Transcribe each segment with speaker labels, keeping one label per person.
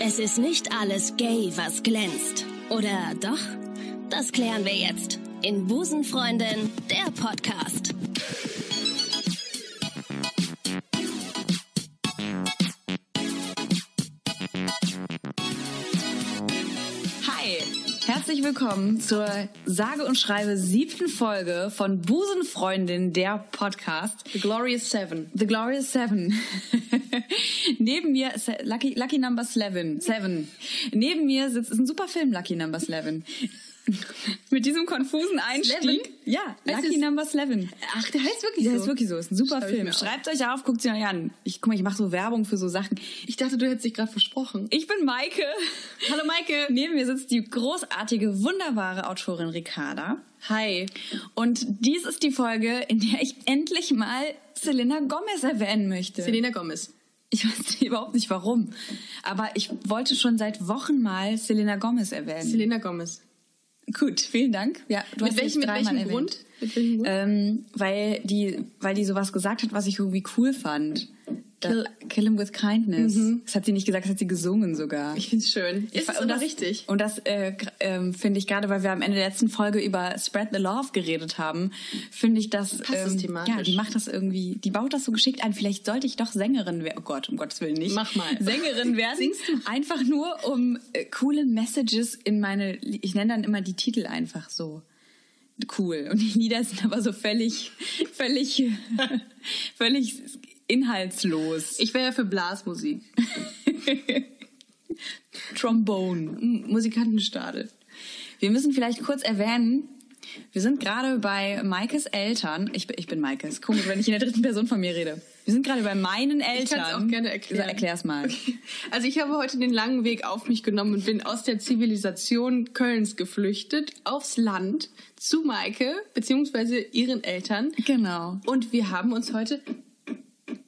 Speaker 1: Es ist nicht alles gay, was glänzt. Oder doch? Das klären wir jetzt in Busenfreundin, der Podcast.
Speaker 2: Hi, herzlich willkommen zur sage und schreibe siebten Folge von Busenfreundin, der Podcast.
Speaker 3: The Glorious Seven.
Speaker 2: The Glorious Seven. Neben mir, Se- Lucky, Lucky Number Seven. Seven. Neben mir sitzt, ist ein super Film, Lucky Number Seven. Mit diesem konfusen Einstieg.
Speaker 3: Seven?
Speaker 2: Ja,
Speaker 3: Heißt
Speaker 2: Lucky
Speaker 3: es-
Speaker 2: Number Seven.
Speaker 3: Ach, der heißt wirklich
Speaker 2: Der
Speaker 3: so.
Speaker 2: ist wirklich so, ist ein super
Speaker 3: Schreib ich mir
Speaker 2: Film.
Speaker 3: auf.
Speaker 2: Schreibt euch auf, guckt sie euch an. Ich guck mal, ich mache so Werbung für so Sachen.
Speaker 3: Ich dachte, du hättest dich gerade versprochen.
Speaker 2: Ich bin Maike.
Speaker 3: Hallo, Maike.
Speaker 2: Neben mir sitzt die großartige, wunderbare Autorin Ricarda.
Speaker 3: Hi.
Speaker 2: Und dies ist die Folge, in der ich endlich mal Selena Gomez erwähnen möchte.
Speaker 3: Selena Gomez.
Speaker 2: ich weiß überhaupt nicht warum, aber ich wollte schon seit Wochen mal Selena Gomez erwähnen.
Speaker 3: Selena Gomez.
Speaker 2: Gut, vielen Dank. Ja, du
Speaker 3: Mit
Speaker 2: hast
Speaker 3: welchem-
Speaker 2: mich
Speaker 3: mit
Speaker 2: dreimal
Speaker 3: welchem
Speaker 2: erwähnt.
Speaker 3: Grund? Mit welchem Grund?
Speaker 2: Ähm, weil die, weil die sowas gesagt hat, was ich irgendwie cool fand. Kill, Kill him with kindness.
Speaker 3: Mhm.
Speaker 2: Das hat sie nicht gesagt, das hat sie gesungen sogar.
Speaker 3: Ich find's schön.
Speaker 2: Ich
Speaker 3: Ist
Speaker 2: fa-
Speaker 3: es
Speaker 2: und
Speaker 3: aber
Speaker 2: das,
Speaker 3: richtig?
Speaker 2: Und das äh, gr- ähm, finde ich gerade, weil wir am Ende der letzten Folge über Spread the Love geredet haben, finde ich das. ähm,
Speaker 3: Passt das thematisch?
Speaker 2: Ja, die macht das irgendwie, die baut das so geschickt ein. Vielleicht sollte ich doch Sängerin werden. Oh Gott, um Gottes Willen nicht.
Speaker 3: Mach mal.
Speaker 2: Sängerin werden. Einfach nur, um äh, coole Messages in meine, Li- ich nenne dann immer die Titel einfach so. Cool. Und die Lieder sind aber so völlig, völlig, völlig inhaltslos.
Speaker 3: Ich wäre ja für Blasmusik.
Speaker 2: Trombone. Hm,
Speaker 3: M- Musikantenstadel.
Speaker 2: Wir müssen vielleicht kurz erwähnen, wir sind gerade bei Maikes Eltern. Ich, bin- ich bin Maikes. Komisch, wenn ich in der dritten Person von mir rede. Wir sind gerade bei meinen Eltern.
Speaker 3: Ich kann es auch gerne erklären.
Speaker 2: Also erklär's mal.
Speaker 3: Okay. Also ich habe heute den langen Weg auf mich genommen und bin aus der Zivilisation Kölns geflüchtet, aufs Land, zu Maike, beziehungsweise ihren Eltern.
Speaker 2: Genau.
Speaker 3: Und wir haben uns heute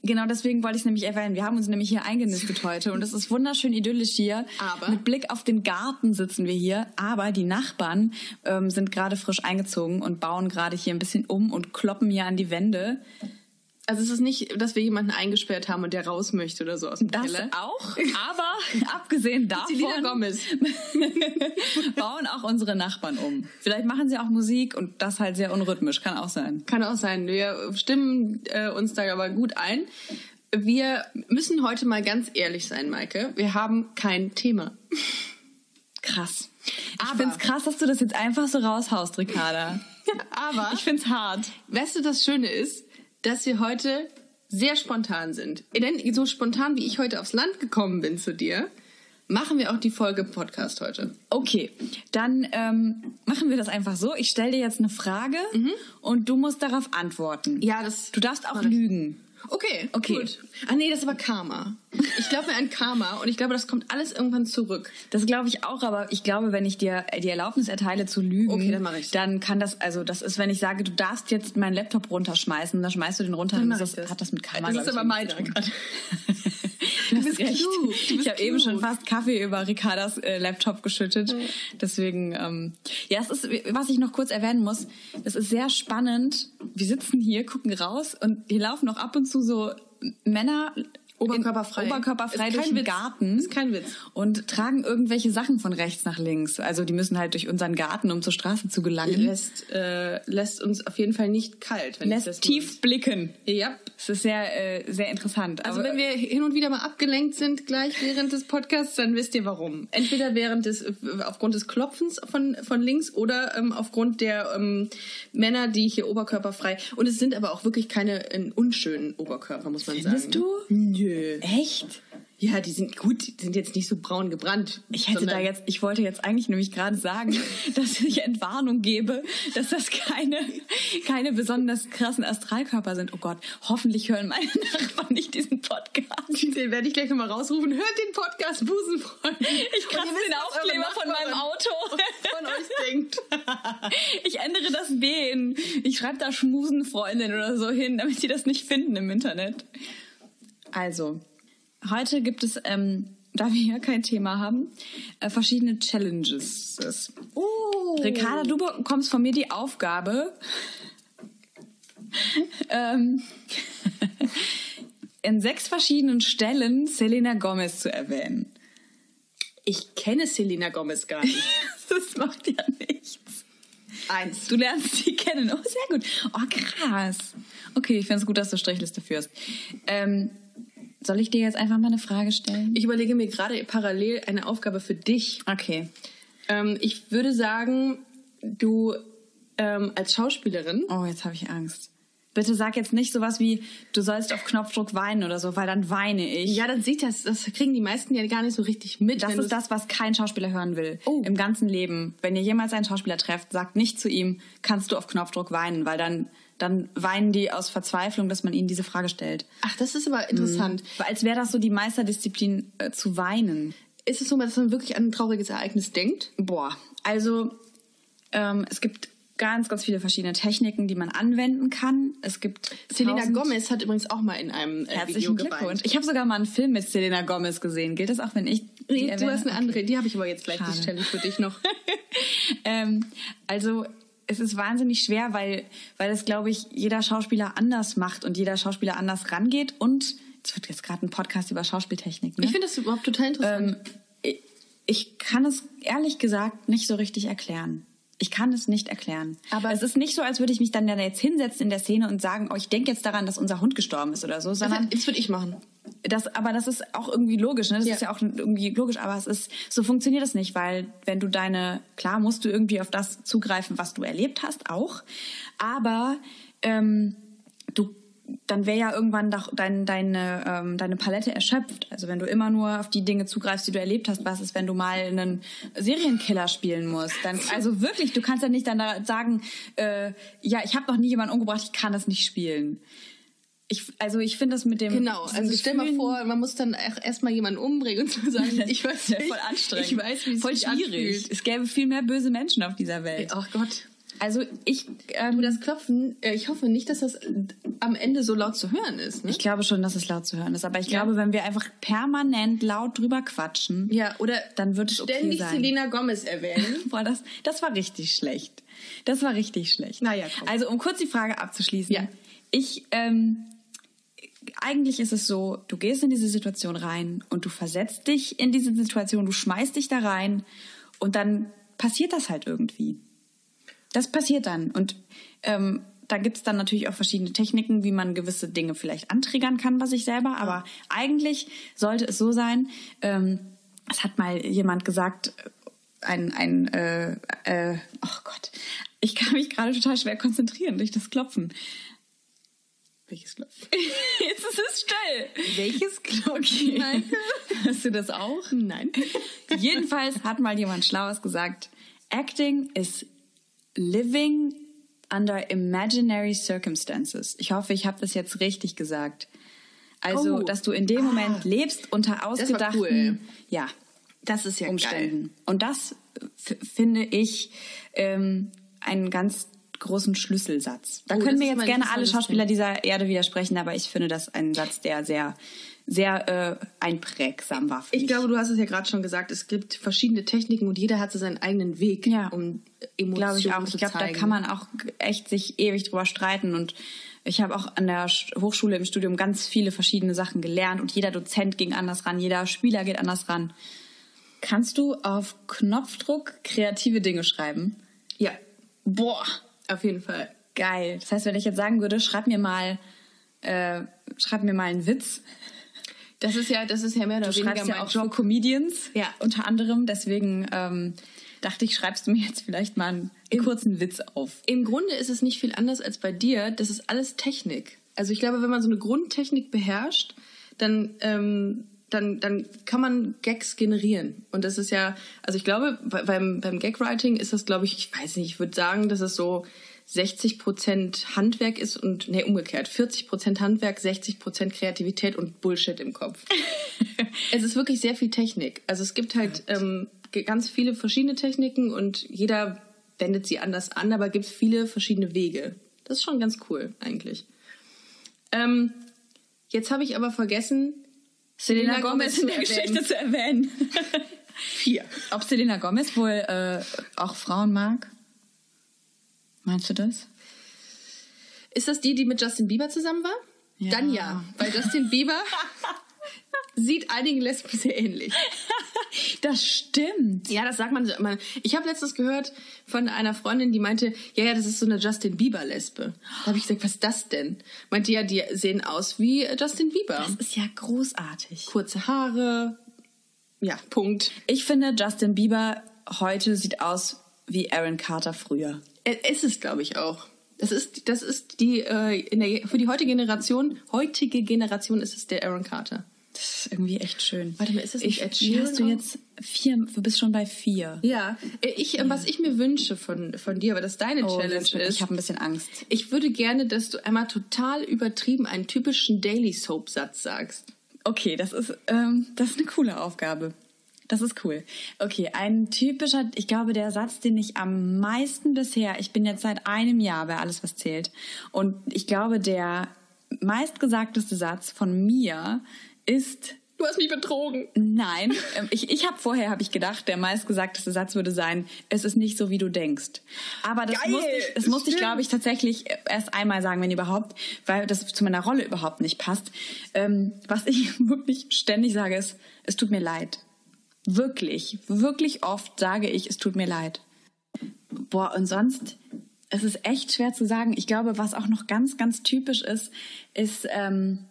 Speaker 2: Genau deswegen wollte ich es nämlich erwähnen. Wir haben uns nämlich hier eingenistet heute und es ist wunderschön idyllisch hier.
Speaker 3: Aber-
Speaker 2: Mit Blick auf den Garten sitzen wir hier. Aber die Nachbarn ähm, sind gerade frisch eingezogen und bauen gerade hier ein bisschen um und kloppen hier an die Wände.
Speaker 3: Also es ist nicht, dass wir jemanden eingesperrt haben und der raus möchte oder so aus dem
Speaker 2: Das
Speaker 3: Keller.
Speaker 2: auch, aber abgesehen davon
Speaker 3: Selena Gomez.
Speaker 2: bauen auch unsere Nachbarn um. Vielleicht machen sie auch Musik und das halt sehr unrhythmisch, kann auch sein.
Speaker 3: Kann auch sein. Wir stimmen äh, uns da aber gut ein. Wir müssen heute mal ganz ehrlich sein, Maike. Wir haben kein Thema.
Speaker 2: Krass. Ich
Speaker 3: Aber-
Speaker 2: find's krass, dass du das jetzt einfach so raushaust, Ricarda.
Speaker 3: Aber
Speaker 2: Ich find's hart.
Speaker 3: weißt du, das Schöne ist, dass wir heute sehr spontan sind. Denn so spontan, wie ich heute aufs Land gekommen bin zu dir, machen wir auch die Folge Podcast heute.
Speaker 2: Okay, dann ähm, machen wir das einfach so. Ich stelle dir jetzt eine Frage und du musst darauf antworten.
Speaker 3: Ja, das.
Speaker 2: Du darfst auch
Speaker 3: Warte.
Speaker 2: lügen.
Speaker 3: Okay,
Speaker 2: Okay.
Speaker 3: gut. Ah nee, das ist aber Karma. Ich glaube mir an Karma und ich glaube, das kommt alles irgendwann zurück.
Speaker 2: Das glaube ich auch, aber ich glaube, wenn ich dir äh, die Erlaubnis erteile zu lügen,
Speaker 3: Okay, dann mach ich's.
Speaker 2: dann kann das, also das ist, wenn ich sage, du darfst jetzt meinen Laptop runterschmeißen, dann schmeißt du den runter,
Speaker 3: Dann
Speaker 2: und
Speaker 3: mach
Speaker 2: das,
Speaker 3: ich das.
Speaker 2: hat das mit Karma.
Speaker 3: Das ist
Speaker 2: glaub ich,
Speaker 3: aber meiner
Speaker 2: nichts zu tun.
Speaker 3: gerade.
Speaker 2: Du
Speaker 3: Du
Speaker 2: hast
Speaker 3: bist
Speaker 2: recht.
Speaker 3: klug. Du bist
Speaker 2: ich habe eben
Speaker 3: klug.
Speaker 2: schon fast Kaffee über Ricardas äh, Laptop geschüttet. Deswegen, ähm, ja, es ist, was ich noch kurz erwähnen muss, das ist sehr spannend. Wir sitzen hier, gucken raus und hier laufen auch ab und zu so Männer
Speaker 3: Oberkörperfrei.
Speaker 2: in, oberkörperfrei
Speaker 3: Ist
Speaker 2: durch
Speaker 3: kein
Speaker 2: den
Speaker 3: Witz.
Speaker 2: Garten
Speaker 3: Ist kein Witz.
Speaker 2: und tragen irgendwelche Sachen von rechts nach links. Also die müssen halt durch unseren Garten, um zur Straße zu gelangen.
Speaker 3: lässt, äh, lässt uns auf jeden Fall nicht kalt. Wenn ich das
Speaker 2: Lässt tief blicken.
Speaker 3: Ja.
Speaker 2: Es ist sehr, äh, sehr interessant.
Speaker 3: Also
Speaker 2: Aber-
Speaker 3: wenn wir hin und wieder mal abgelenkt sind, gleich während des Podcasts, dann wisst ihr warum. Entweder während des, äh, aufgrund des Klopfens von, von links oder ähm, aufgrund der ähm, Männer, die hier oberkörperfrei. Und es sind aber auch wirklich keine äh, unschönen Oberkörper, muss man
Speaker 2: Findest
Speaker 3: sagen.
Speaker 2: du?
Speaker 3: Nö.
Speaker 2: Echt?
Speaker 3: Ja, die sind gut, die sind jetzt nicht so braun gebrannt.
Speaker 2: Ich hätte da
Speaker 3: sondern-
Speaker 2: jetzt, ich wollte jetzt eigentlich nämlich gerade sagen, dass ich Entwarnung gebe, dass das keine, keine besonders krassen Astralkörper sind. Oh Gott, hoffentlich hören meine Nachbarn nicht diesen Podcast.
Speaker 3: Den werde ich gleich nochmal rausrufen. Hört den Podcast Busenfreund.
Speaker 2: Ich kratze den Aufkleber von meinem Auto.
Speaker 3: Von euch denkt.
Speaker 2: Ich ändere das B in, ich schreibe da Schmusenfreundin oder so hin, damit die das nicht finden im Internet. Also, heute gibt es, ähm, da wir ja kein Thema haben, äh, verschiedene Challenges.
Speaker 3: Oh.
Speaker 2: Ricarda, du bekommst von mir die Aufgabe, ähm, in sechs verschiedenen Stellen Selena Gomez zu erwähnen.
Speaker 3: ich kenne Selena Gomez gar nicht.
Speaker 2: Das macht ja nichts.
Speaker 3: Eins.
Speaker 2: Du lernst sie kennen. Oh, sehr gut. Oh, krass. Okay, ich finde es gut, dass du Strichliste führst. Ähm, soll ich dir jetzt einfach mal eine Frage stellen?
Speaker 3: Ich überlege mir gerade parallel eine Aufgabe für dich.
Speaker 2: Okay.
Speaker 3: Ähm, ich würde sagen, du ähm, als Schauspielerin.
Speaker 2: Oh, jetzt habe ich Angst. Bitte sag jetzt nicht sowas wie, du sollst auf Knopfdruck weinen oder so, weil dann weine ich.
Speaker 3: Ja, dann sieht das, das kriegen die meisten ja gar nicht so richtig mit.
Speaker 2: Das
Speaker 3: wenn
Speaker 2: ist
Speaker 3: du's-
Speaker 2: das, was kein Schauspieler hören will.
Speaker 3: Oh.
Speaker 2: Im ganzen Leben. Wenn ihr jemals einen Schauspieler trefft, sagt nicht zu ihm, kannst du auf Knopfdruck weinen, weil dann, dann weinen die aus Verzweiflung, dass man ihnen diese Frage stellt.
Speaker 3: Ach, das ist aber interessant.
Speaker 2: Weil Als wäre das so die Meisterdisziplin äh, zu weinen.
Speaker 3: Ist es so, dass man wirklich an ein trauriges Ereignis denkt?
Speaker 2: Boah, also ähm, es gibt ganz, ganz viele verschiedene Techniken, die man anwenden kann. Es gibt
Speaker 3: Selena
Speaker 2: tausend-
Speaker 3: Gomez hat übrigens auch mal in einem äh, Video
Speaker 2: Herzlichen Glückwunsch.
Speaker 3: geweint.
Speaker 2: Ich habe sogar mal einen Film mit Selena Gomez gesehen. Gilt das auch, wenn ich die
Speaker 3: Nee, du
Speaker 2: erwähne?
Speaker 3: hast eine andere, die habe ich aber jetzt gleich,
Speaker 2: Schade.
Speaker 3: die stelle ich für dich noch.
Speaker 2: ähm, also es ist wahnsinnig schwer, weil, weil das, glaube ich, jeder Schauspieler anders macht und jeder Schauspieler anders rangeht. Und es wird jetzt gerade ein Podcast über Schauspieltechnik. Ne?
Speaker 3: Ich finde das überhaupt total
Speaker 2: ähm,
Speaker 3: interessant.
Speaker 2: ich, ich kann es ehrlich gesagt nicht so richtig erklären. Ich kann es nicht erklären.
Speaker 3: Aber-
Speaker 2: es ist nicht so, als würde ich mich dann da jetzt hinsetzen in der Szene und sagen, oh, ich denke jetzt daran, dass unser Hund gestorben ist oder so, sondern
Speaker 3: das würde ich machen.
Speaker 2: das, aber das ist auch irgendwie logisch, ne? Das
Speaker 3: Ja.
Speaker 2: ist ja auch irgendwie logisch, aber es ist, so funktioniert das nicht, weil wenn du deine, klar musst du irgendwie auf das zugreifen, was du erlebt hast, auch, aber ähm, du, dann wäre ja irgendwann doch dein, deine, ähm, deine Palette erschöpft. Also wenn du immer nur auf die Dinge zugreifst, die du erlebt hast, was ist, wenn du mal einen Serienkiller spielen musst? Dann, also wirklich, du kannst ja nicht dann da sagen, äh, ja, ich habe noch nie jemanden umgebracht, ich kann das nicht spielen. Ich, also ich finde das mit dem
Speaker 3: Genau,
Speaker 2: diesen
Speaker 3: also stell mal
Speaker 2: Gefühlen-
Speaker 3: vor, man muss dann auch erstmal jemanden umbringen und so sagen, ich weiß
Speaker 2: Ja,
Speaker 3: nicht,
Speaker 2: voll anstrengend.
Speaker 3: Ich weiß, wie es
Speaker 2: voll
Speaker 3: sich
Speaker 2: schwierig.
Speaker 3: anfühlt.
Speaker 2: Es gäbe viel mehr böse Menschen auf dieser Welt.
Speaker 3: Ach Gott.
Speaker 2: Also ich, ähm,
Speaker 3: Und das Klopfen, äh, ich hoffe nicht, dass das am Ende so laut zu hören ist. Ne?
Speaker 2: ich glaube schon, dass es laut zu hören ist, aber ich glaube, wenn wir einfach permanent laut drüber quatschen,
Speaker 3: Ja, oder
Speaker 2: dann wird es okay
Speaker 3: ständig
Speaker 2: sein.
Speaker 3: Selena Gomez erwähnen.
Speaker 2: Boah, das, das war richtig schlecht. Das war richtig schlecht.
Speaker 3: Naja, komm.
Speaker 2: Also, um kurz die Frage abzuschließen.
Speaker 3: Ja.
Speaker 2: Ich, ähm, eigentlich ist es so, du gehst in diese Situation rein und du versetzt dich in diese Situation, du schmeißt dich da rein und dann passiert das halt irgendwie. Das passiert dann. Und ähm, da gibt es dann natürlich auch verschiedene Techniken, wie man gewisse Dinge vielleicht antriggern kann bei sich selber. Aber eigentlich sollte es so sein, ähm, es hat mal jemand gesagt, ein, ein äh, äh, oh Gott, ich kann mich gerade total schwer konzentrieren durch das Klopfen.
Speaker 3: Welches Klopfen?
Speaker 2: Jetzt ist es still.
Speaker 3: Welches
Speaker 2: Okay.
Speaker 3: Klopfen? Nein.
Speaker 2: Hast du das auch?
Speaker 3: Nein.
Speaker 2: Jedenfalls hat mal jemand Schlaues gesagt, Acting is living under imaginary circumstances. Ich hoffe, ich habe das jetzt richtig gesagt. Also,
Speaker 3: Oh.
Speaker 2: dass du in dem Moment lebst unter ausgedachten
Speaker 3: cool.
Speaker 2: ja,
Speaker 3: Das ist ja geil.
Speaker 2: Umständen. Und das f- finde ich ähm, einen ganz großen Schlüsselsatz. Da
Speaker 3: Oh, das
Speaker 2: können mir
Speaker 3: ist
Speaker 2: jetzt
Speaker 3: mal ein
Speaker 2: gerne alle
Speaker 3: interessantes
Speaker 2: Schauspieler dieser Erde widersprechen, aber ich finde das einen Satz, der sehr, sehr äh, einprägsam war. für
Speaker 3: Ich
Speaker 2: mich.
Speaker 3: glaube, du hast es ja gerade schon gesagt, es gibt verschiedene Techniken und jeder hatte seinen eigenen Weg,
Speaker 2: Ja.
Speaker 3: um Emotionen
Speaker 2: glaube ich auch.
Speaker 3: zu
Speaker 2: Ich glaube, da
Speaker 3: zeigen.
Speaker 2: kann man auch echt sich ewig drüber streiten. Und ich habe auch an der Sch- Hochschule im Studium ganz viele verschiedene Sachen gelernt und jeder Dozent ging anders ran, jeder Spieler geht anders ran. Kannst du auf Knopfdruck kreative Dinge schreiben?
Speaker 3: Ja,
Speaker 2: Boah,
Speaker 3: auf jeden Fall.
Speaker 2: geil. Das heißt, wenn ich jetzt sagen würde, schreib mir mal, äh, schreib mir mal einen Witz.
Speaker 3: Das ist ja, das ist ja mehr oder
Speaker 2: Du
Speaker 3: weniger
Speaker 2: schreibst
Speaker 3: mein
Speaker 2: ja auch
Speaker 3: Job.
Speaker 2: für Comedians,
Speaker 3: Ja.
Speaker 2: unter anderem. Deswegen ähm, dachte ich, schreibst du mir jetzt vielleicht mal einen kurzen Witz auf.
Speaker 3: Im Grunde ist es nicht viel anders als bei dir. Das ist alles Technik. Also ich glaube, wenn man so eine Grundtechnik beherrscht, dann, ähm, dann, dann kann man Gags generieren. Und das ist ja, also ich glaube, bei- beim, beim Gagwriting ist das, glaube ich, ich weiß nicht, ich würde sagen, dass es so 60% Handwerk ist und, nee, umgekehrt, 40% Handwerk, 60% Kreativität und Bullshit im Kopf. Es ist wirklich sehr viel Technik. Also es gibt halt ähm, ge- ganz viele verschiedene Techniken und jeder wendet sie anders an, aber gibt viele verschiedene Wege. Das ist schon ganz cool eigentlich. Ähm, jetzt habe ich aber vergessen,
Speaker 2: Selena,
Speaker 3: Selena
Speaker 2: Gomez
Speaker 3: Gomez
Speaker 2: in der
Speaker 3: zu erwähnen.
Speaker 2: Geschichte zu erwähnen.
Speaker 3: vier.
Speaker 2: Ob Selena Gomez wohl äh, auch Frauen mag? Meinst du das?
Speaker 3: Ist das die, die mit Justin Bieber zusammen war?
Speaker 2: Ja.
Speaker 3: Dann ja, weil Justin Bieber sieht einigen Lesben sehr ähnlich.
Speaker 2: Das stimmt.
Speaker 3: Ja, das sagt man so immer. Ich habe letztens gehört von einer Freundin, die meinte, ja, ja, das ist so eine Justin Bieber-Lesbe. Da habe ich gesagt, was ist das denn? Meinte, ja, die sehen aus wie äh, Justin Bieber.
Speaker 2: Das ist ja großartig.
Speaker 3: Kurze Haare. Ja, Punkt.
Speaker 2: Ich finde, Justin Bieber heute sieht aus wie Aaron Carter früher.
Speaker 3: Er Äh, ist es, glaube ich, auch. Das ist, das ist die, äh, in der, für die heutige Generation, heutige Generation ist es der Aaron Carter.
Speaker 2: Das ist irgendwie echt schön.
Speaker 3: Warte mal, ist das nicht
Speaker 2: ich,
Speaker 3: Ed
Speaker 2: wie hast du
Speaker 3: Sheeran?
Speaker 2: jetzt vier, du bist schon bei vier.
Speaker 3: Ja, äh, ich, äh, was ich mir wünsche von, von dir, weil das deine Challenge
Speaker 2: Oh, ich
Speaker 3: ist,
Speaker 2: ich habe ein bisschen Angst.
Speaker 3: ich würde gerne, dass du einmal total übertrieben einen typischen Daily Soap Satz sagst.
Speaker 2: Okay, das ist, ähm, das ist eine coole Aufgabe. Das ist cool. Okay, ein typischer, ich glaube, der Satz, den ich am meisten bisher, ich bin jetzt seit einem Jahr bei Alles, was zählt. Und ich glaube, der meistgesagteste Satz von mir ist,
Speaker 3: Du hast mich betrogen.
Speaker 2: Nein, ähm, ich, ich habe vorher habe ich gedacht, der meistgesagteste Satz würde sein, es ist nicht so, wie du denkst. Aber das
Speaker 3: Geil,
Speaker 2: musste ich, das
Speaker 3: das
Speaker 2: musste ich
Speaker 3: stimmt.
Speaker 2: glaube ich, tatsächlich erst einmal sagen, wenn überhaupt, weil das zu meiner Rolle überhaupt nicht passt. Ähm, was ich wirklich ständig sage, ist, es tut mir leid. Wirklich, wirklich oft sage ich, es tut mir leid. Boah, und sonst, es ist echt schwer zu sagen. Ich glaube, was auch noch ganz, ganz typisch ist, ist ähm,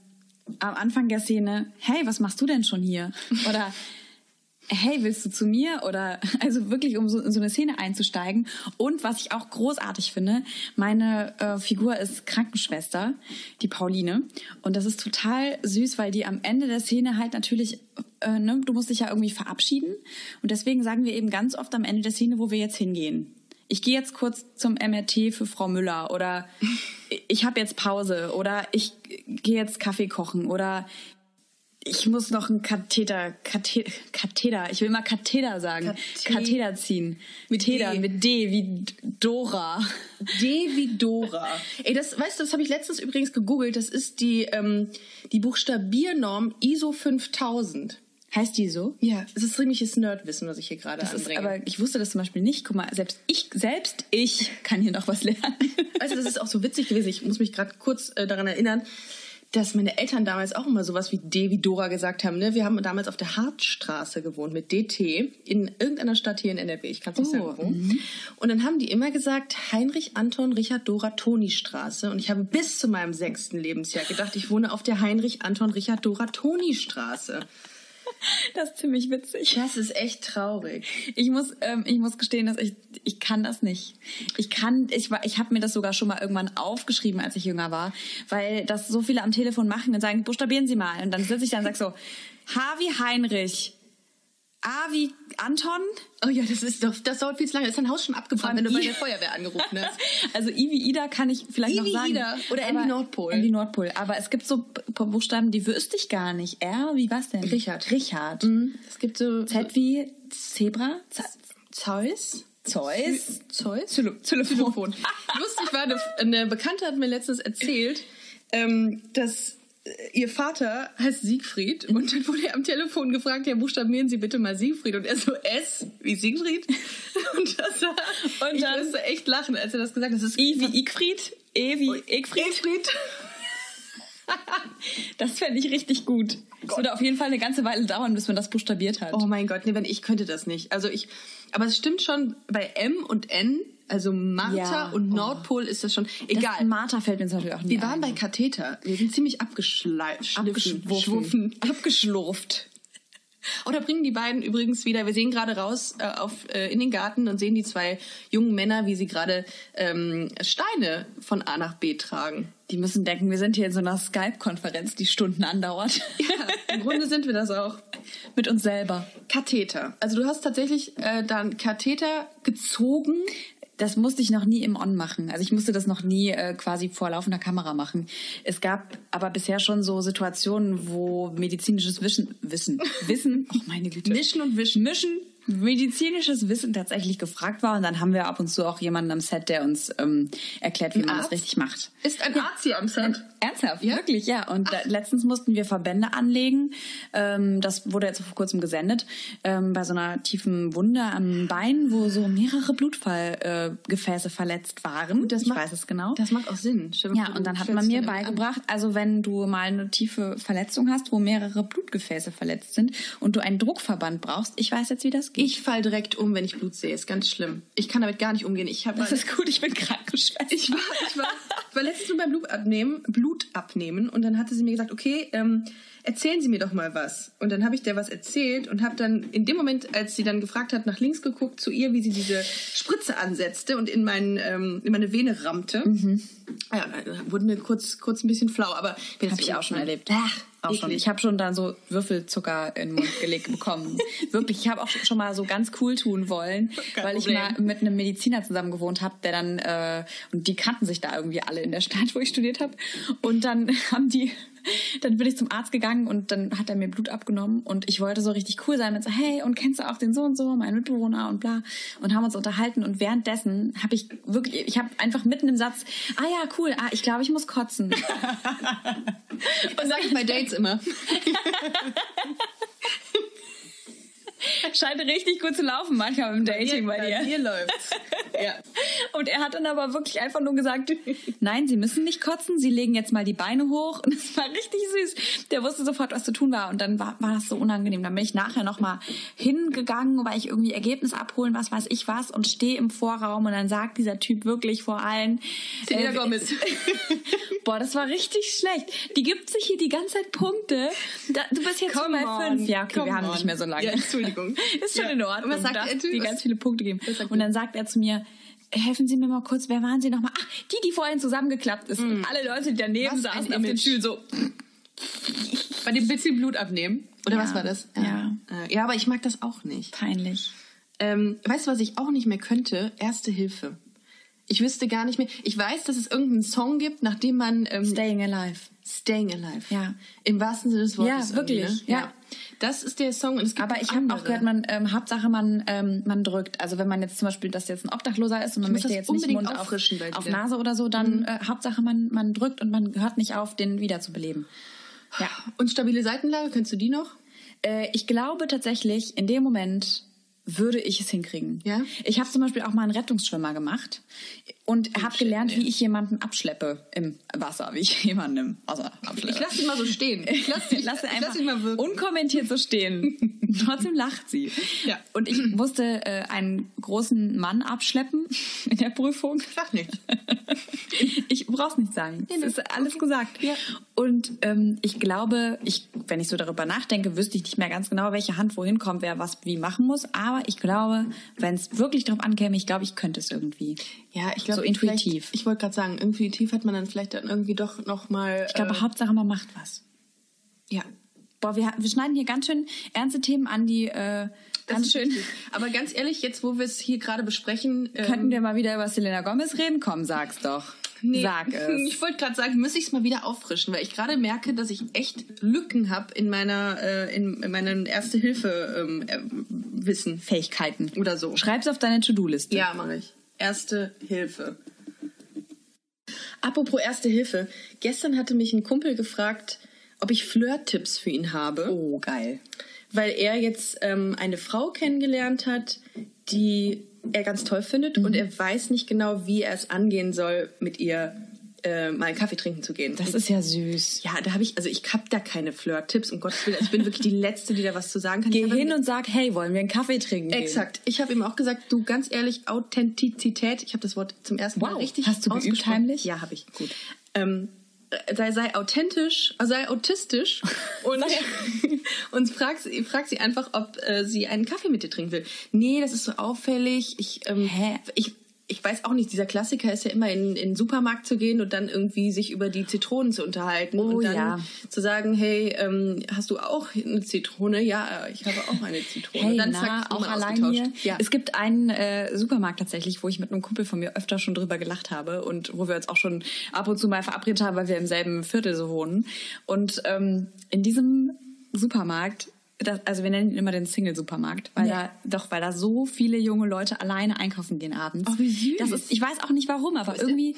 Speaker 2: am Anfang der Szene, hey, was machst du denn schon hier? Oder hey, willst du zu mir? Oder also wirklich, um so, in so eine Szene einzusteigen. Und was ich auch großartig finde, meine äh, Figur ist Krankenschwester, die Pauline. Und das ist total süß, weil die am Ende der Szene halt natürlich, äh, ne, du musst dich ja irgendwie verabschieden. Und deswegen sagen wir eben ganz oft am Ende der Szene, wo wir jetzt hingehen. Ich gehe jetzt kurz zum MRT für Frau Müller oder ich habe jetzt Pause oder ich gehe jetzt Kaffee kochen oder ich muss noch einen Katheter, Kathe, Katheter, ich will immer Katheter sagen,
Speaker 3: Kathe-
Speaker 2: Katheter ziehen.
Speaker 3: Mit
Speaker 2: Täter,
Speaker 3: D.
Speaker 2: mit D, wie Dora.
Speaker 3: D wie Dora. Ey, das, weißt du, das habe ich letztens übrigens gegoogelt. Das ist die, ähm, die Buchstabiernorm ISO 5000.
Speaker 2: Heißt die so?
Speaker 3: Ja, es ist ziemliches Nerdwissen, was ich hier gerade
Speaker 2: Das ist,
Speaker 3: anbringe.
Speaker 2: aber ich wusste das zum Beispiel nicht. Guck mal, selbst ich, selbst ich kann hier noch was lernen.
Speaker 3: Weißt du, das ist auch so witzig gewesen. Ich muss mich gerade kurz äh, daran erinnern, dass meine Eltern damals auch immer sowas wie D wie Dora gesagt haben. Ne? Wir haben damals auf der Hartstraße gewohnt mit DT in irgendeiner Stadt hier in NRW. Ich kann es nicht
Speaker 2: Oh,
Speaker 3: sagen. Wo. Und dann haben die immer gesagt Heinrich Anton Richard Dora Toni Straße. Und ich habe bis zu meinem sechsten Lebensjahr gedacht, ich wohne auf der Heinrich Anton Richard Dora Toni Straße.
Speaker 2: Das ist ziemlich witzig.
Speaker 3: Das ist echt traurig.
Speaker 2: Ich muss, ähm, ich muss gestehen, dass ich, ich kann das nicht. Ich kann, ich war, ich habe mir das sogar schon mal irgendwann aufgeschrieben, als ich jünger war, weil das so viele am Telefon machen und sagen, buchstabieren Sie mal. Und dann sitze ich da und sag so, H wie Heinrich, A wie Anton,
Speaker 3: Oh ja, das ist doch, das dauert viel zu lange. Ist dein Haus schon abgebrannt, wenn du bei der Feuerwehr angerufen hast?
Speaker 2: also I wie Ida kann ich vielleicht
Speaker 3: I
Speaker 2: noch
Speaker 3: wie
Speaker 2: sagen.
Speaker 3: Ida oder N wie
Speaker 2: Aber-
Speaker 3: Nordpol.
Speaker 2: N wie Nordpol. Aber es gibt so B- Buchstaben, die wüsste ich gar nicht. R wie was denn?
Speaker 3: Richard. Mhm.
Speaker 2: Richard.
Speaker 3: Es gibt so
Speaker 2: Z wie Zebra. Z
Speaker 3: Zeus.
Speaker 2: Zeus.
Speaker 3: Zeus?
Speaker 2: Telefon.
Speaker 3: Lustig war, eine, eine Bekannte hat mir letztens erzählt, ähm, dass äh, ihr Vater heißt Siegfried und dann wurde er am Telefon gefragt, ja, buchstabieren Sie bitte mal Siegfried und er so S wie Siegfried und das war,
Speaker 2: Und
Speaker 3: ich
Speaker 2: dann-
Speaker 3: musste echt lachen, als er das gesagt hat. Das ist
Speaker 2: I wie Igfried, E wie Igfried.
Speaker 3: Siegfried.
Speaker 2: Das fände ich richtig gut. Es würde auf jeden Fall eine ganze Weile dauern, bis man das buchstabiert hat.
Speaker 3: Oh mein Gott, nee, wenn ich könnte das nicht. Also ich, aber es stimmt schon bei M und N, also Martha
Speaker 2: Ja.
Speaker 3: und Nordpol ist das schon egal.
Speaker 2: Das Martha fällt mir zum Beispiel auch nicht
Speaker 3: Wir waren bei Katheter. Wir sind ziemlich abgeschleift.
Speaker 2: Abgeschwuffen. Abgeschlurft.
Speaker 3: Oder bringen die beiden übrigens wieder, wir sehen gerade raus äh, auf, äh, in den Garten und sehen die zwei jungen Männer, wie sie gerade ähm, Steine von A nach B tragen.
Speaker 2: Die müssen denken, wir sind hier in so einer Skype-Konferenz, die Stunden andauert.
Speaker 3: Ja, im Grunde sind wir das auch.
Speaker 2: Mit uns selber.
Speaker 3: Katheter. Also du hast tatsächlich äh, dann Katheter gezogen.
Speaker 2: Das musste ich noch nie im On machen. Also ich musste das noch nie äh, quasi vor laufender Kamera machen. Es gab aber bisher schon so Situationen, wo medizinisches Wissen, Wissen, Wissen, oh meine Güte,
Speaker 3: Mischen und
Speaker 2: Wischen, Mischen, medizinisches Wissen tatsächlich gefragt war. Und dann haben wir ab und zu auch jemanden am Set, der uns ähm, erklärt, wie man das
Speaker 3: Arzt?
Speaker 2: richtig macht.
Speaker 3: Ist ein Arzt hier am Set?
Speaker 2: Ernsthaft,
Speaker 3: Ja?
Speaker 2: wirklich, ja. Und le- letztens mussten wir Verbände anlegen. Ähm, das wurde jetzt vor kurzem gesendet. Ähm, bei so einer tiefen Wunde am Bein, wo so mehrere Blutfallgefäße äh, Gefäße verletzt waren.
Speaker 3: Das
Speaker 2: ich
Speaker 3: macht-
Speaker 2: weiß es genau.
Speaker 3: Das macht auch Sinn. Stell dir mal
Speaker 2: Ja,
Speaker 3: vor,
Speaker 2: und
Speaker 3: du
Speaker 2: dann hat
Speaker 3: fällst
Speaker 2: man mir
Speaker 3: von einem ab.
Speaker 2: beigebracht, also wenn du mal eine tiefe Verletzung hast, wo mehrere Blutgefäße verletzt sind und du einen Druckverband brauchst, ich weiß jetzt, wie das geht.
Speaker 3: Ich fall direkt um, wenn ich Blut sehe. Ist ganz schlimm. Ich kann damit gar nicht umgehen. Ich habe
Speaker 2: das ist gut, ich bin Krankenschwester.
Speaker 3: Ich war, ich war, ich war letztens nur beim Blut abnehmen, Blut abnehmen und dann hatte sie mir gesagt, okay, ähm, erzählen Sie mir doch mal was. Und dann habe ich der was erzählt und habe dann in dem Moment, als sie dann gefragt hat, nach links geguckt zu ihr, wie sie diese Spritze ansetzte und in, meinen, ähm, in meine Vene rammte.
Speaker 2: Mhm.
Speaker 3: Ah Ja, da wurden wir kurz, kurz ein bisschen flau, aber
Speaker 2: Habe ich auch schon erlebt.
Speaker 3: Ach,
Speaker 2: Auch schon. Ich habe schon dann so Würfelzucker in den Mund gelegt bekommen. Wirklich, ich habe auch schon mal so ganz cool tun wollen,
Speaker 3: Kein
Speaker 2: weil
Speaker 3: Problem.
Speaker 2: ich mal mit einem Mediziner zusammen gewohnt habe, der dann, äh, und die kannten sich da irgendwie alle in der Stadt, wo ich studiert habe. Und dann haben die, dann bin ich zum Arzt gegangen und dann hat er mir Blut abgenommen und ich wollte so richtig cool sein und so, hey, und kennst du auch den so und so, meinen Mitbewohner und bla. Und haben uns unterhalten und währenddessen habe ich wirklich, ich habe einfach mitten im Satz, ah ja, cool, ah, ich glaube, ich muss kotzen.
Speaker 3: Und sage ich bei Dates immer.
Speaker 2: Scheint richtig gut zu laufen manchmal im Dating bei dir.
Speaker 3: Hier läuft's. Ja.
Speaker 2: Und er hat dann aber wirklich einfach nur gesagt, nein, Sie müssen nicht kotzen, Sie legen jetzt mal die Beine hoch. Und es war richtig süß. Der wusste sofort, was zu tun war. Und dann war, war das so unangenehm. Dann bin ich nachher nochmal hingegangen, weil ich irgendwie Ergebnis abholen, was weiß ich was, und stehe im Vorraum. Und dann sagt dieser Typ wirklich vor allen, äh,
Speaker 3: Selena
Speaker 2: Ähm,
Speaker 3: Gomez.
Speaker 2: boah, das war richtig schlecht. Die gibt sich hier die ganze Zeit Punkte. Da, du bist jetzt schon
Speaker 3: Come
Speaker 2: bei
Speaker 3: on,
Speaker 2: fünf. Ja, okay,
Speaker 3: come
Speaker 2: wir haben
Speaker 3: on.
Speaker 2: nicht mehr so lange.
Speaker 3: Ja, Entschuldigung.
Speaker 2: Ist schon
Speaker 3: Ja.
Speaker 2: in Ordnung.
Speaker 3: Und was sagt
Speaker 2: Darf
Speaker 3: der Typ?
Speaker 2: dir
Speaker 3: Was-
Speaker 2: ganz viele Punkte geben.
Speaker 3: Was sagt
Speaker 2: Und dann sagt er zu mir, helfen Sie mir mal kurz, wer waren Sie nochmal? Ach, die, die vorhin zusammengeklappt ist. Und alle Leute, die daneben
Speaker 3: Was ein
Speaker 2: saßen auf dem
Speaker 3: Image.
Speaker 2: Stuhl so.
Speaker 3: Bei dem bisschen Blut abnehmen. Oder
Speaker 2: Ja.
Speaker 3: was war das?
Speaker 2: Ja.
Speaker 3: Äh, ja, aber ich mag das auch nicht.
Speaker 2: Peinlich.
Speaker 3: Ähm, weißt du, was ich auch nicht mehr könnte? Erste Hilfe. Ich wüsste gar nicht mehr. Ich weiß, dass es irgendeinen Song gibt, nach dem man ähm,
Speaker 2: Staying alive.
Speaker 3: Staying Alive.
Speaker 2: Ja.
Speaker 3: Im wahrsten Sinne des Wortes.
Speaker 2: Ja, wirklich,
Speaker 3: irgendwie, ne?
Speaker 2: ja.
Speaker 3: Das ist der Song. Und es gibt
Speaker 2: Aber
Speaker 3: noch
Speaker 2: ich habe auch
Speaker 3: andere.
Speaker 2: gehört, man ähm, Hauptsache man ähm, man drückt. Also wenn man jetzt zum Beispiel, dass jetzt ein Obdachloser ist und man
Speaker 3: muss
Speaker 2: möchte
Speaker 3: das
Speaker 2: jetzt nicht
Speaker 3: unbedingt
Speaker 2: Mund auf,
Speaker 3: auffrischen bei
Speaker 2: auf
Speaker 3: dir.
Speaker 2: Nase oder so, dann äh, Hauptsache man man drückt und man hört nicht auf, den wiederzubeleben. Ja,
Speaker 3: Und stabile Seitenlage, kennst du die noch?
Speaker 2: Äh, ich glaube tatsächlich, in dem Moment würde ich es hinkriegen.
Speaker 3: Ja?
Speaker 2: Ich habe zum Beispiel auch mal einen Rettungsschwimmer gemacht und habe
Speaker 3: Oh, shit,
Speaker 2: gelernt,
Speaker 3: nee.
Speaker 2: wie ich jemanden abschleppe im Wasser, wie ich jemanden im Wasser abschleppe.
Speaker 3: Ich lasse ihn mal so stehen. Ich lasse ihn,
Speaker 2: Lass sie
Speaker 3: ich
Speaker 2: einfach
Speaker 3: lass ihn mal wirken.
Speaker 2: unkommentiert so stehen. Trotzdem lacht sie.
Speaker 3: Ja.
Speaker 2: Und ich musste äh, einen großen Mann abschleppen in der Prüfung.
Speaker 3: Sag nicht.
Speaker 2: Ich brauch's nicht sagen. Es
Speaker 3: nee.
Speaker 2: ist alles gesagt.
Speaker 3: Ja.
Speaker 2: Und ähm, ich glaube, ich, wenn ich so darüber nachdenke, wüsste ich nicht mehr ganz genau, welche Hand wohin kommt, wer was wie machen muss. Aber ich glaube, wenn es wirklich drauf ankäme, ich glaube, ich könnte es irgendwie.
Speaker 3: Ja, ich glaube
Speaker 2: So intuitiv.
Speaker 3: vielleicht- Ich wollte gerade sagen, intuitiv hat man dann vielleicht dann irgendwie doch noch mal.
Speaker 2: Ich glaube, Hauptsache man macht was.
Speaker 3: äh, ja.
Speaker 2: Boah, wir, wir schneiden hier ganz schön ernste Themen an, die äh,
Speaker 3: Das
Speaker 2: ganz
Speaker 3: ist
Speaker 2: schön.
Speaker 3: richtig. Aber ganz ehrlich, jetzt wo wir es hier gerade besprechen, ähm,
Speaker 2: Könnten wir mal wieder über Selena Gomez reden? Komm, sag's doch.
Speaker 3: Nee.
Speaker 2: Sag es.
Speaker 3: Ich wollte gerade sagen, muss ich es mal wieder auffrischen, weil ich gerade merke, dass ich echt Lücken habe in meiner äh, in, in meinem Erste Hilfe ähm, äh, Wissen
Speaker 2: Fähigkeiten.
Speaker 3: oder so.
Speaker 2: Schreib's auf deine To-Do-Liste.
Speaker 3: Ja, mache ich. Erste Hilfe. Apropos Erste Hilfe, gestern hatte mich ein Kumpel gefragt, ob ich Flirt-Tipps für ihn habe.
Speaker 2: Oh, geil.
Speaker 3: weil er jetzt ähm, eine Frau kennengelernt hat, die er ganz toll findet
Speaker 2: Mhm.
Speaker 3: und er weiß nicht genau, wie er es angehen soll, mit ihr äh, mal einen Kaffee trinken zu gehen.
Speaker 2: Das
Speaker 3: Und-
Speaker 2: ist ja süß.
Speaker 3: ja, da habe ich, also ich hab da keine Flirt-Tipps, um Gottes Willen. Also ich bin wirklich die Letzte, die da was zu sagen kann.
Speaker 2: Geh
Speaker 3: Ich hab
Speaker 2: hin
Speaker 3: ihm-
Speaker 2: und sag, hey, wollen wir einen Kaffee trinken? gehen?
Speaker 3: Exakt. Ich habe ihm auch gesagt, du ganz ehrlich, Authentizität, ich habe das Wort zum ersten Mal
Speaker 2: Wow.
Speaker 3: richtig
Speaker 2: Hast du geübt
Speaker 3: ausgesprochen.
Speaker 2: heimlich?
Speaker 3: Ja, habe ich. Gut. Ähm, sei, sei authentisch, äh, sei autistisch und, und frag, sie- frag sie einfach, ob äh, sie einen Kaffee mit dir trinken will. Nee, das ist so auffällig. Ich, ähm,
Speaker 2: Hä?
Speaker 3: ich ich weiß auch nicht, dieser Klassiker ist ja immer in, in den Supermarkt zu gehen und dann irgendwie sich über die Zitronen zu unterhalten
Speaker 2: Oh
Speaker 3: und dann
Speaker 2: ja.
Speaker 3: zu sagen, hey, ähm, hast du auch eine Zitrone? Ja, äh, ich habe auch eine Zitrone.
Speaker 2: Hey,
Speaker 3: Und dann
Speaker 2: na,
Speaker 3: zack,
Speaker 2: auch
Speaker 3: Nummern
Speaker 2: allein
Speaker 3: ausgetauscht.
Speaker 2: hier.
Speaker 3: Ja.
Speaker 2: Es gibt einen äh, Supermarkt tatsächlich, wo ich mit einem Kumpel von mir öfter schon drüber gelacht habe und wo wir uns auch schon ab und zu mal verabredet haben, weil wir im selben Viertel so wohnen. Und ähm, in diesem Supermarkt das, also wir nennen ihn immer den Single-Supermarkt, weil da doch, weil da so viele junge Leute alleine einkaufen gehen abends.
Speaker 3: Oh, wie süß.
Speaker 2: Das ist, ich weiß auch nicht warum, aber irgendwie,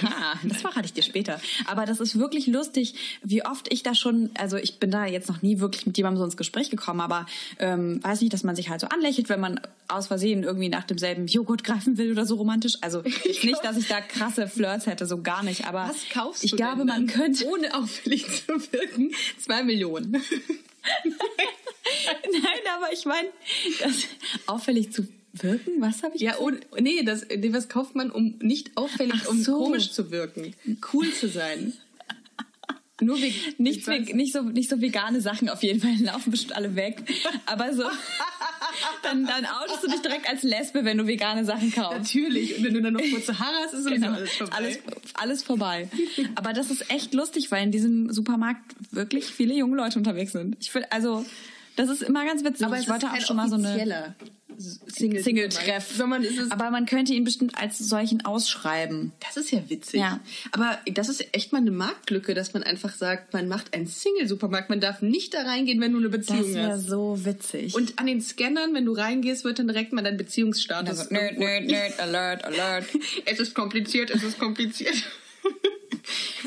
Speaker 2: Haha, das verrate ich dir später. Aber das ist wirklich lustig, wie oft ich da schon, also ich bin da jetzt noch nie wirklich mit jemandem so ins Gespräch gekommen, aber ähm, weiß nicht, dass man sich halt so anlächelt, wenn man aus Versehen irgendwie nach demselben Joghurt greifen will oder so romantisch. Also nicht, dass ich da krasse Flirts hätte, so gar nicht. Aber
Speaker 3: Was kaufst
Speaker 2: ich
Speaker 3: du
Speaker 2: glaube,
Speaker 3: denn
Speaker 2: man
Speaker 3: dann?
Speaker 2: könnte
Speaker 3: Ohne auffällig zu wirken. Zwei Millionen.
Speaker 2: Nein, aber ich meine, das auffällig zu wirken, was habe ich?
Speaker 3: Ja, und, nee, das, nee, was kauft man, um nicht auffällig,
Speaker 2: Ach
Speaker 3: um
Speaker 2: so.
Speaker 3: komisch zu wirken? Cool zu sein. Nur wegen.
Speaker 2: Nicht,
Speaker 3: ich weiß-
Speaker 2: we nicht, so, nicht so vegane Sachen auf jeden Fall, laufen bestimmt alle weg. Aber so, dann, dann outest du dich direkt als Lesbe, wenn du vegane Sachen kaufst.
Speaker 3: Natürlich. Und wenn du dann noch kurze Haare hast, ist sowieso
Speaker 2: Genau.
Speaker 3: alles vorbei.
Speaker 2: Alles, alles vorbei. Aber das ist echt lustig, weil in diesem Supermarkt wirklich viele junge Leute unterwegs sind. Ich finde, also, das ist immer ganz witzig.
Speaker 3: Aber
Speaker 2: ich
Speaker 3: es
Speaker 2: wollte
Speaker 3: ist
Speaker 2: auch
Speaker 3: kein
Speaker 2: schon mal so eine
Speaker 3: offizieller Single-
Speaker 2: Single-Treff.
Speaker 3: Sondern es ist
Speaker 2: Aber man könnte ihn bestimmt als solchen ausschreiben.
Speaker 3: Das ist ja witzig.
Speaker 2: Ja.
Speaker 3: Aber das ist echt mal eine Marktlücke, dass man einfach sagt, man macht einen Single-Supermarkt. Man darf nicht da reingehen, wenn du eine
Speaker 2: Das
Speaker 3: Beziehung
Speaker 2: wäre
Speaker 3: hast.
Speaker 2: so witzig.
Speaker 3: Und an den Scannern, wenn du reingehst, wird dann direkt mal dein Beziehungsstatus.
Speaker 2: Also, nerd, nerd, nerd, alert, alert.
Speaker 3: Es ist kompliziert, es ist kompliziert.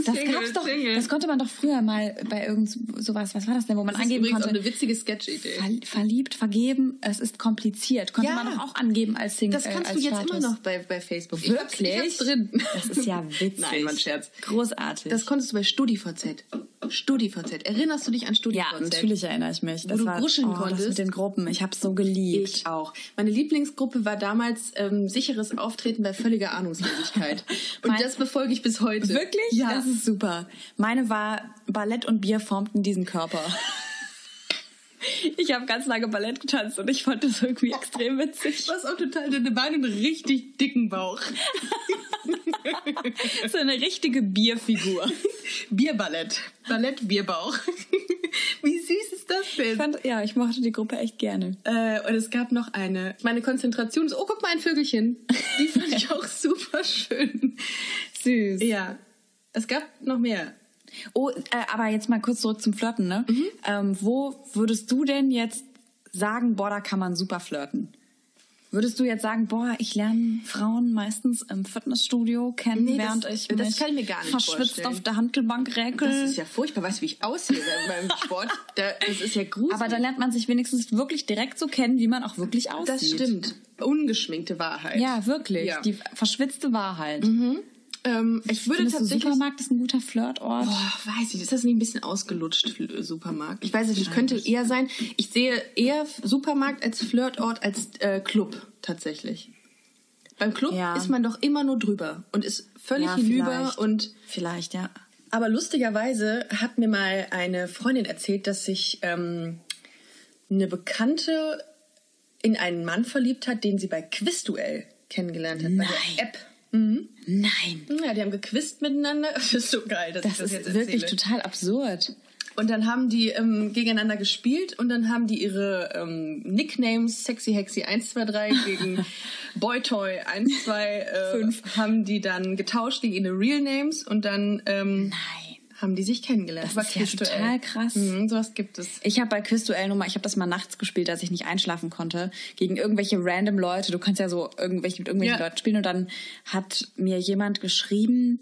Speaker 2: Das gab's doch, das konnte man doch früher mal bei irgend sowas, was war das denn, wo man
Speaker 3: Das ist
Speaker 2: angeben
Speaker 3: übrigens auch
Speaker 2: konnte,
Speaker 3: eine witzige Sketch-Idee.
Speaker 2: verl- verliebt, vergeben, es ist kompliziert. Konnte
Speaker 3: Ja.
Speaker 2: man doch auch angeben als Single,
Speaker 3: Das kannst
Speaker 2: äh, als
Speaker 3: du jetzt
Speaker 2: Status.
Speaker 3: immer noch bei, bei Facebook. Ich hab's-
Speaker 2: Wirklich?
Speaker 3: Ich hab's drin.
Speaker 2: Das ist ja witzig.
Speaker 3: Nein, mein Scherz.
Speaker 2: Großartig.
Speaker 3: Das konntest du bei StudiVZ. StudiVZ. Erinnerst du dich an StudiVZ?
Speaker 2: ja, natürlich erinnere ich mich. Das
Speaker 3: du
Speaker 2: war
Speaker 3: gruscheln
Speaker 2: oh, das mit
Speaker 3: konntest.
Speaker 2: den Gruppen. Ich habe so geliebt.
Speaker 3: Ich auch. Meine Lieblingsgruppe war damals ähm, sicheres Auftreten bei völliger Ahnungslosigkeit. Und
Speaker 2: Mein-
Speaker 3: das befolge ich bis heute.
Speaker 2: Wirklich?
Speaker 3: Ja.
Speaker 2: Das ist super. Meine war Ballett und Bier formten diesen Körper. Ich habe ganz lange Ballett getanzt und ich fand das irgendwie extrem witzig.
Speaker 3: Du hast auch total dünne Beine und einen richtig dicken Bauch.
Speaker 2: So eine richtige Bierfigur.
Speaker 3: Bierballett. Ballett, Bierbauch. Wie süß ist das denn?
Speaker 2: Ich fand, ja, ich mochte die Gruppe echt gerne.
Speaker 3: Äh, und es gab noch eine. Meine Konzentration ist, oh, guck mal, ein Vögelchen. Die fand ich auch super schön.
Speaker 2: Süß.
Speaker 3: Ja. Es gab noch mehr.
Speaker 2: Oh, äh, aber jetzt mal kurz zurück zum Flirten, ne?
Speaker 3: Mhm.
Speaker 2: Ähm, wo würdest du denn jetzt sagen, boah, da kann man super flirten? Würdest du jetzt sagen, boah, ich lerne Frauen meistens im Fitnessstudio kennen,
Speaker 3: Nee, das-
Speaker 2: während ich
Speaker 3: das
Speaker 2: mich
Speaker 3: kann ich mir gar nicht
Speaker 2: verschwitzt
Speaker 3: vorstellen.
Speaker 2: auf der Handelbank räkel?
Speaker 3: Das ist ja furchtbar. Weißt du, wie ich aussehe beim Sport? Da, das ist ja gruselig.
Speaker 2: aber dann lernt man sich wenigstens wirklich direkt so kennen, wie man auch wirklich aussieht.
Speaker 3: Das stimmt. Ungeschminkte Wahrheit.
Speaker 2: Ja, wirklich.
Speaker 3: Ja.
Speaker 2: Die verschwitzte Wahrheit.
Speaker 3: ähm, ich würde
Speaker 2: Findest du,
Speaker 3: tatsächlich.
Speaker 2: Supermarkt ist ein guter Flirtort?
Speaker 3: Boah, weiß ich, ist das nicht ein bisschen ausgelutscht, Fl- äh, Supermarkt? Ich weiß nicht, ich könnte eher sein, ich sehe eher Supermarkt als Flirtort als äh, Club tatsächlich. Beim Club
Speaker 2: Ja.
Speaker 3: ist man doch immer nur drüber und ist völlig
Speaker 2: Ja,
Speaker 3: hinüber
Speaker 2: vielleicht.
Speaker 3: und
Speaker 2: Vielleicht, ja.
Speaker 3: Aber lustigerweise hat mir mal eine Freundin erzählt, dass sich ähm, eine Bekannte in einen Mann verliebt hat, den sie bei Quizduell kennengelernt hat, bei der App. Mhm.
Speaker 2: Nein.
Speaker 3: Ja, die haben gequizt miteinander. Das ist so geil, dass ich
Speaker 2: Das
Speaker 3: das
Speaker 2: ist
Speaker 3: jetzt
Speaker 2: wirklich
Speaker 3: erzähle.
Speaker 2: total absurd.
Speaker 3: Und dann haben die ähm, gegeneinander gespielt und dann haben die ihre ähm, Nicknames Sexy Hexy 123 gegen Boytoy 125 äh, haben die dann getauscht gegen ihre Real Names und dann ähm,
Speaker 2: Nein.
Speaker 3: haben die sich kennengelernt.
Speaker 2: Das ist ja
Speaker 3: virtuell.
Speaker 2: total krass.
Speaker 3: Mhm, sowas gibt es.
Speaker 2: Ich habe bei Quizduell nur mal, ich habe das mal nachts gespielt, als ich nicht einschlafen konnte, gegen irgendwelche random Leute. Du kannst ja so irgendwelche, mit irgendwelchen
Speaker 3: Ja.
Speaker 2: Leuten spielen. Und dann hat mir jemand geschrieben,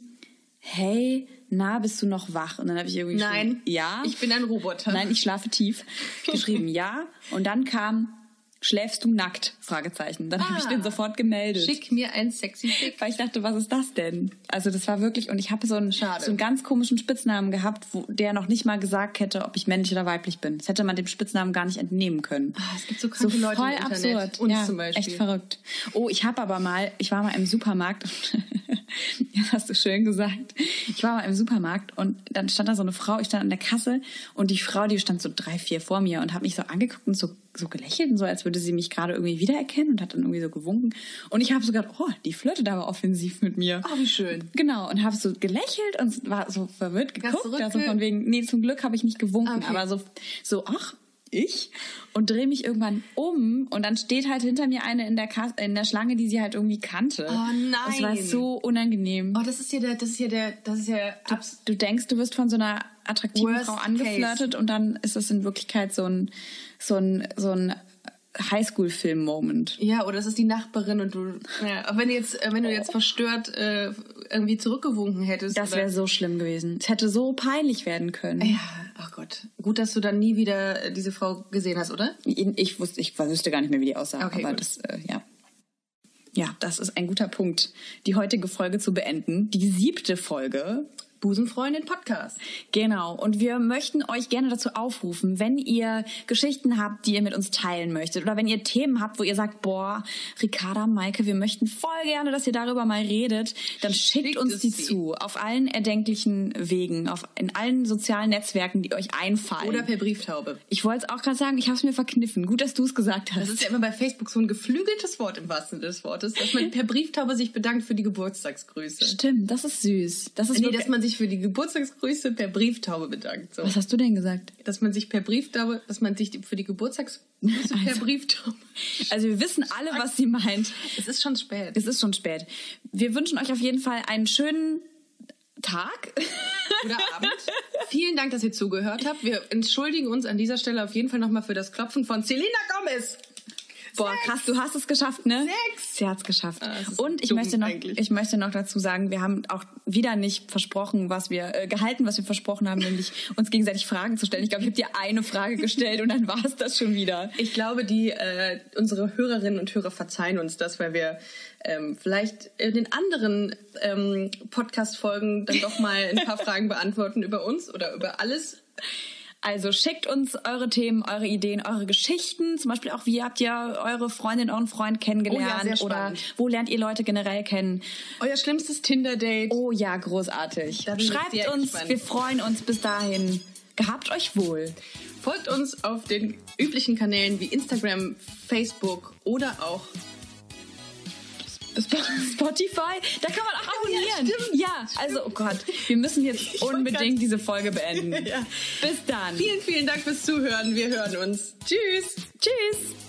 Speaker 2: hey, na, bist du noch wach? Und dann habe ich irgendwie
Speaker 3: Nein.
Speaker 2: geschrieben, ja.
Speaker 3: Ich bin ein Roboter.
Speaker 2: Nein, ich schlafe tief. Geschrieben, ja. Und dann kam, schläfst du nackt? Fragezeichen. Dann habe ich
Speaker 3: Ah.
Speaker 2: den sofort gemeldet.
Speaker 3: Schick mir ein sexy Pick.
Speaker 2: Weil ich dachte, was ist das denn? Also das war wirklich, und ich habe so einen, so
Speaker 3: Schade.
Speaker 2: einen ganz komischen Spitznamen gehabt, wo der noch nicht mal gesagt hätte, ob ich männlich oder weiblich bin. Das hätte man dem Spitznamen gar nicht entnehmen können.
Speaker 3: Ah, es gibt so kranke Leute
Speaker 2: voll
Speaker 3: im Internet.
Speaker 2: absurd.
Speaker 3: Uns
Speaker 2: ja,
Speaker 3: zum Beispiel.
Speaker 2: Echt verrückt. Oh, ich habe aber mal, ich war mal im Supermarkt. ja, das hast du schön gesagt. Ich war mal im Supermarkt und dann stand da so eine Frau, ich stand an der Kasse und die Frau, die stand so drei, vier vor mir und hat mich so angeguckt und so, so gelächelt und so, als würde sie mich gerade irgendwie wiedererkennen und hat dann irgendwie so gewunken. Und ich habe so gedacht, oh, die flirtet aber offensiv mit mir.
Speaker 3: Oh, wie schön.
Speaker 2: Genau, und habe so gelächelt und war so verwirrt geguckt. Also
Speaker 3: zurückge-
Speaker 2: von wegen, nee, zum Glück habe ich nicht gewunken,
Speaker 3: Okay.
Speaker 2: aber so, so, ach, ich und drehe mich irgendwann um und dann steht halt hinter mir eine in der, Kas in der Schlange, die sie halt irgendwie kannte.
Speaker 3: Oh nein.
Speaker 2: Das war so unangenehm.
Speaker 3: Oh, das ist ja der, das ist ja der, das ist ja der abs
Speaker 2: Du denkst, du wirst von so einer attraktiven
Speaker 3: Worst
Speaker 2: Frau angeflirtet und dann ist es in Wirklichkeit so ein, so ein, so ein Highschool-Film-Moment.
Speaker 3: ja, oder es ist die Nachbarin und du. Ja, aber wenn du jetzt, äh, wenn du jetzt verstört äh, irgendwie zurückgewunken hättest.
Speaker 2: Das
Speaker 3: oder-
Speaker 2: wäre so schlimm gewesen. Es hätte so peinlich werden können.
Speaker 3: Ja, ach Gott. Gut, dass du dann nie wieder äh, diese Frau gesehen hast, oder?
Speaker 2: Ich wusste, ich wüsste gar nicht mehr, wie die aussah.
Speaker 3: Okay,
Speaker 2: aber
Speaker 3: gut.
Speaker 2: das, äh, ja. Ja, das ist ein guter Punkt, die heutige Folge zu beenden. Die siebte Folge.
Speaker 3: Busenfreundin Podcast.
Speaker 2: Genau. Und wir möchten euch gerne dazu aufrufen, wenn ihr Geschichten habt, die ihr mit uns teilen möchtet oder wenn ihr Themen habt, wo ihr sagt, boah, Ricarda, Maike, wir möchten voll gerne, dass ihr darüber mal redet, dann schickt,
Speaker 3: Schickt
Speaker 2: uns
Speaker 3: es
Speaker 2: die
Speaker 3: sie.
Speaker 2: zu. Auf allen erdenklichen Wegen, auf, in allen sozialen Netzwerken, die euch einfallen.
Speaker 3: Oder per Brieftaube.
Speaker 2: ich wollte es auch gerade sagen, ich habe es mir verkniffen. Gut, dass du es gesagt hast.
Speaker 3: Das ist ja immer bei Facebook so ein geflügeltes Wort im wahrsten Sinne des Wortes, dass man per Brieftaube sich bedankt für die Geburtstagsgrüße.
Speaker 2: Stimmt, das ist süß. Das ist
Speaker 3: Nee,
Speaker 2: wirklich-
Speaker 3: dass man sich für die Geburtstagsgrüße per Brieftaube bedankt. So.
Speaker 2: Was hast du denn gesagt?
Speaker 3: Dass man sich per Brieftaube, dass man sich für die Geburtstagsgrüße per
Speaker 2: Also.
Speaker 3: Brieftaube.
Speaker 2: Also wir wissen alle, was sie meint.
Speaker 3: Es ist schon spät.
Speaker 2: Es ist schon spät. Wir wünschen euch auf jeden Fall einen schönen Tag.
Speaker 3: Guter Abend. Vielen Dank, dass ihr zugehört habt. Wir entschuldigen uns an dieser Stelle auf jeden Fall nochmal für das Klopfen von Selena Gomez.
Speaker 2: Boah, krass, du hast es geschafft, ne?
Speaker 3: Sechs.
Speaker 2: Sie hat es geschafft.
Speaker 3: Ah, es ist
Speaker 2: Und ich
Speaker 3: dumm
Speaker 2: möchte, noch,
Speaker 3: eigentlich.
Speaker 2: ich möchte noch dazu sagen, wir haben auch wieder nicht versprochen, was wir äh, gehalten, was wir versprochen haben, nämlich uns gegenseitig Fragen zu stellen. Ich glaube, ich habe dir eine Frage gestellt und dann war es das schon wieder.
Speaker 3: Ich glaube, die äh, unsere Hörerinnen und Hörer verzeihen uns das, weil wir ähm, vielleicht in den anderen ähm, Podcast-Folgen dann doch mal ein paar Fragen beantworten über uns oder über alles.
Speaker 2: Also schickt uns eure Themen, eure Ideen, eure Geschichten. Zum Beispiel auch, wie habt ihr eure Freundin, euren Freund kennengelernt?
Speaker 3: Oh ja, sehr
Speaker 2: oder
Speaker 3: spannend.
Speaker 2: wo lernt ihr Leute generell kennen?
Speaker 3: Euer schlimmstes Tinder-Date.
Speaker 2: Oh ja, großartig.
Speaker 3: Da bin ich
Speaker 2: Schreibt
Speaker 3: sehr
Speaker 2: uns,
Speaker 3: gespannt.
Speaker 2: wir freuen uns bis dahin. Gehabt euch wohl.
Speaker 3: Folgt uns auf den üblichen Kanälen wie Instagram, Facebook oder auch
Speaker 2: Sp- Spotify, da kann man auch abonnieren.
Speaker 3: stimmt.
Speaker 2: also oh Gott, wir müssen jetzt
Speaker 3: wollte
Speaker 2: unbedingt
Speaker 3: grad-
Speaker 2: diese Folge beenden.
Speaker 3: Ja.
Speaker 2: Bis dann.
Speaker 3: Vielen, vielen Dank fürs Zuhören. Wir hören uns. Tschüss.
Speaker 2: Tschüss.